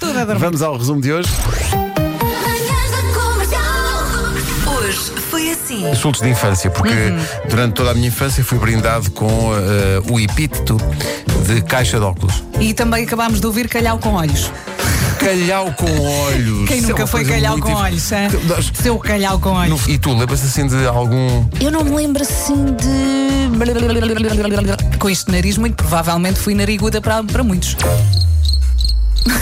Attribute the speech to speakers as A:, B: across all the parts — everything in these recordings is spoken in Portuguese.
A: Pedro.
B: Vamos ao resumo de hoje.
C: Manhãs da Comercial.
D: Hoje foi assim.
E: Insultos de infância, porque durante toda a minha infância fui brindado com eh, o epíteto de caixa de óculos.
A: E também acabámos de ouvir calhau com olhos.
E: Calhau com olhos.
A: Quem
E: Isso é
A: nunca
E: uma
A: foi
E: coisa
A: calhau
E: muito
A: com
E: dif-
A: olhos, hã?
E: Nós-
A: Seu calhau com
E: no-
A: olhos.
E: E tu, lembras assim de algum.
A: Eu não me lembro assim de. Com este nariz, muito provavelmente fui nariguda para, para muitos.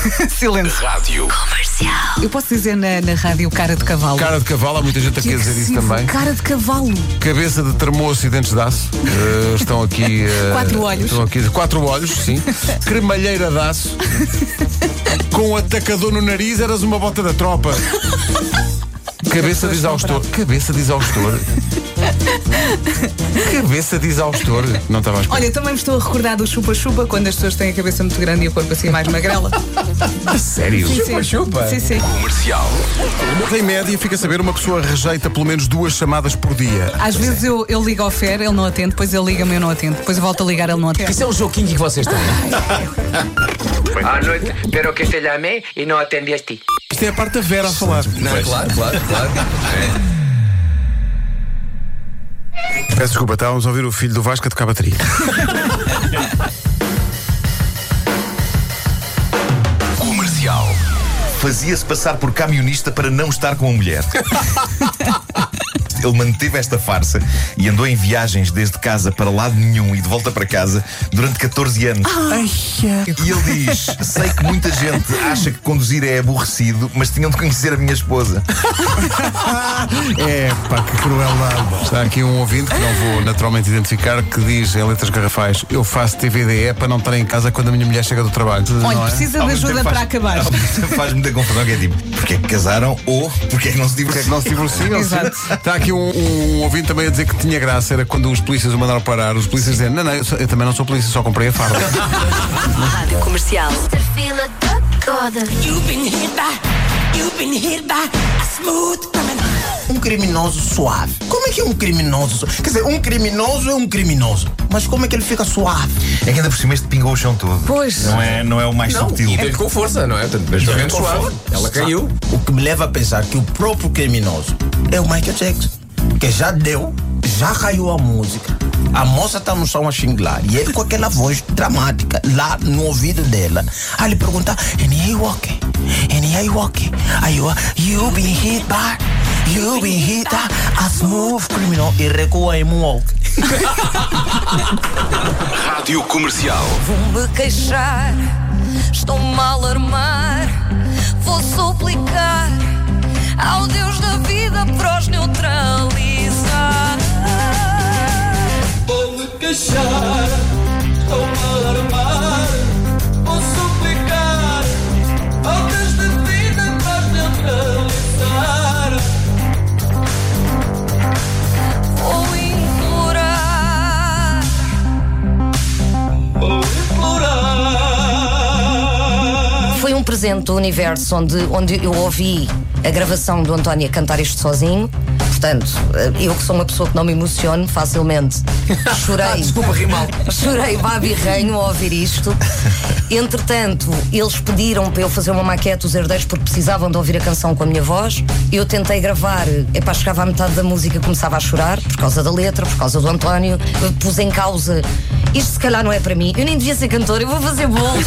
A: Silêncio. Eu posso dizer na, na rádio cara de cavalo.
E: Cara de cavalo, há muita gente a
A: Que
E: querer dizer isso
A: agressivo.
E: também.
A: Cara de cavalo.
E: Cabeça de termoço e dentes de aço. Eh, estão aqui. eh,
A: Quatro olhos.
E: Estão aqui. Quatro olhos, sim. Cremalheira de aço. com o atacador no nariz, eras uma bota da tropa. Cabeça de exaustor. Cabeça de exaustor. Cabeça de exaustor. Não estava a esperar.
A: Olha, também me estou a recordar do chupa-chupa quando as pessoas têm a cabeça muito grande e o corpo assim mais magrela.
E: sério.
A: Chupa-chupa? Sim, sim.
E: Em média, fica a saber, uma pessoa rejeita pelo menos duas chamadas por dia.
A: Às vezes eu, eu ligo ao Fer, ele não atende, depois ele liga-me, eu não atendo, depois eu volto a ligar, ele não atende.
F: Isso é um joguinho que vocês têm.
G: Anoche, Ah, pero que te llamé y no este. atendiste.
E: Isto é a parte da Vera a falar.
F: Claro, claro, claro.
E: Peço desculpa, estávamos a ouvir o filho do Vasco a tocar bateria.
H: Comercial. Fazia-se passar por camionista para não estar com a mulher. Ele manteve esta farsa e andou em viagens desde casa para lado nenhum e de volta para casa durante 14 anos. E ele diz: Sei que muita gente acha que conduzir é aborrecido, mas tinham de conhecer a minha esposa.
E: É, pá, que crueldade. Está aqui um ouvinte que não vou naturalmente identificar que diz em letras garrafais: Eu faço TVDE para não estar em casa quando a minha mulher chega do trabalho.
A: Olha,
E: Não é?
A: precisa
H: Ao
A: de
H: mesmo
A: ajuda
H: tempo
A: para
H: faz-
A: acabar.
H: ao mesmo tempo Faz muita confusão que é tipo: Porquê é que casaram ou porquê é que não se
E: Porque é que
H: divorciaram?
E: não se divorciam?
A: Exato.
E: Está aqui um, um ouvinte também a dizer que tinha graça, era quando os polícias o mandaram parar, os polícias dizendo, não, não, eu, sou- eu também não sou polícia, só comprei a farda.
D: Rádio Comercial.
C: A fila toda.
I: um criminoso suave. Como é que é um criminoso suave? Quer dizer, um criminoso é um criminoso. Mas como é que ele fica suave?
H: É que ainda por cima este pingou o chão todo.
A: Pois.
H: Não é, não é o mais subtil.
F: E deu-lhe com força, não é? Portanto, mas menos
I: com
F: suave.
I: força.
F: Ela caiu.
I: O que me leva a pensar que o próprio criminoso é o Michael Jackson. Que já deu, já caiu a música. A moça tá no chão a xingar. E ele com aquela voz dramática lá no ouvido dela. A lhe perguntar, and you walking, and you walking. Aí eu, you been hit by, you been hit by a smooth criminal. E recua em um walk.
H: Rádio comercial.
D: Vou-me queixar, estou-me a alarmar. Vou suplicar ao Deus da vida para os neutralizar.
J: Vou-me queixar, estou-me a alarmar. Vou suplicar, altas de vida para neutralizar.
D: Vou implorar.
J: Vou implorar.
K: Foi um presente do universo onde, onde eu ouvi a gravação do António a cantar isto sozinho. Portanto, eh, eu que sou uma pessoa que não me emociono facilmente, chorei.
F: Desculpa, Rimal.
K: Chorei babirrenho ao ouvir isto. Entretanto, eles pediram para eu fazer uma maquete, os herdeiros, porque precisavam de ouvir a canção com a minha voz. Eu tentei gravar, epá, chegava à metade da música, começava a chorar, por causa da letra, por causa do António. Eu Pus em causa, isto se calhar não é para mim, eu nem devia ser cantora, eu vou fazer bolos.